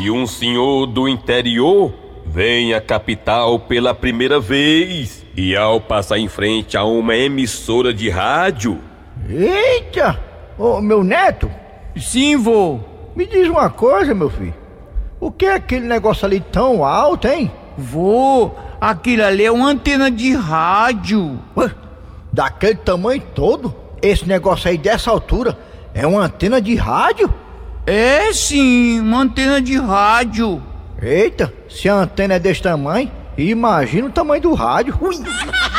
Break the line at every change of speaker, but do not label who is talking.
que um senhor do interior vem à capital pela primeira vez e ao passar em frente a uma emissora de rádio.
Eita! Ô, meu neto,
Sim, vô.
me diz uma coisa, meu filho. O que é aquele negócio ali tão alto, hein?
Vô, aquilo ali é uma antena de rádio.
Ué, daquele tamanho todo? Esse negócio aí dessa altura é uma antena de rádio?
É sim, uma antena de rádio.
Eita, se a antena é desse tamanho, imagina o tamanho do rádio. Ui.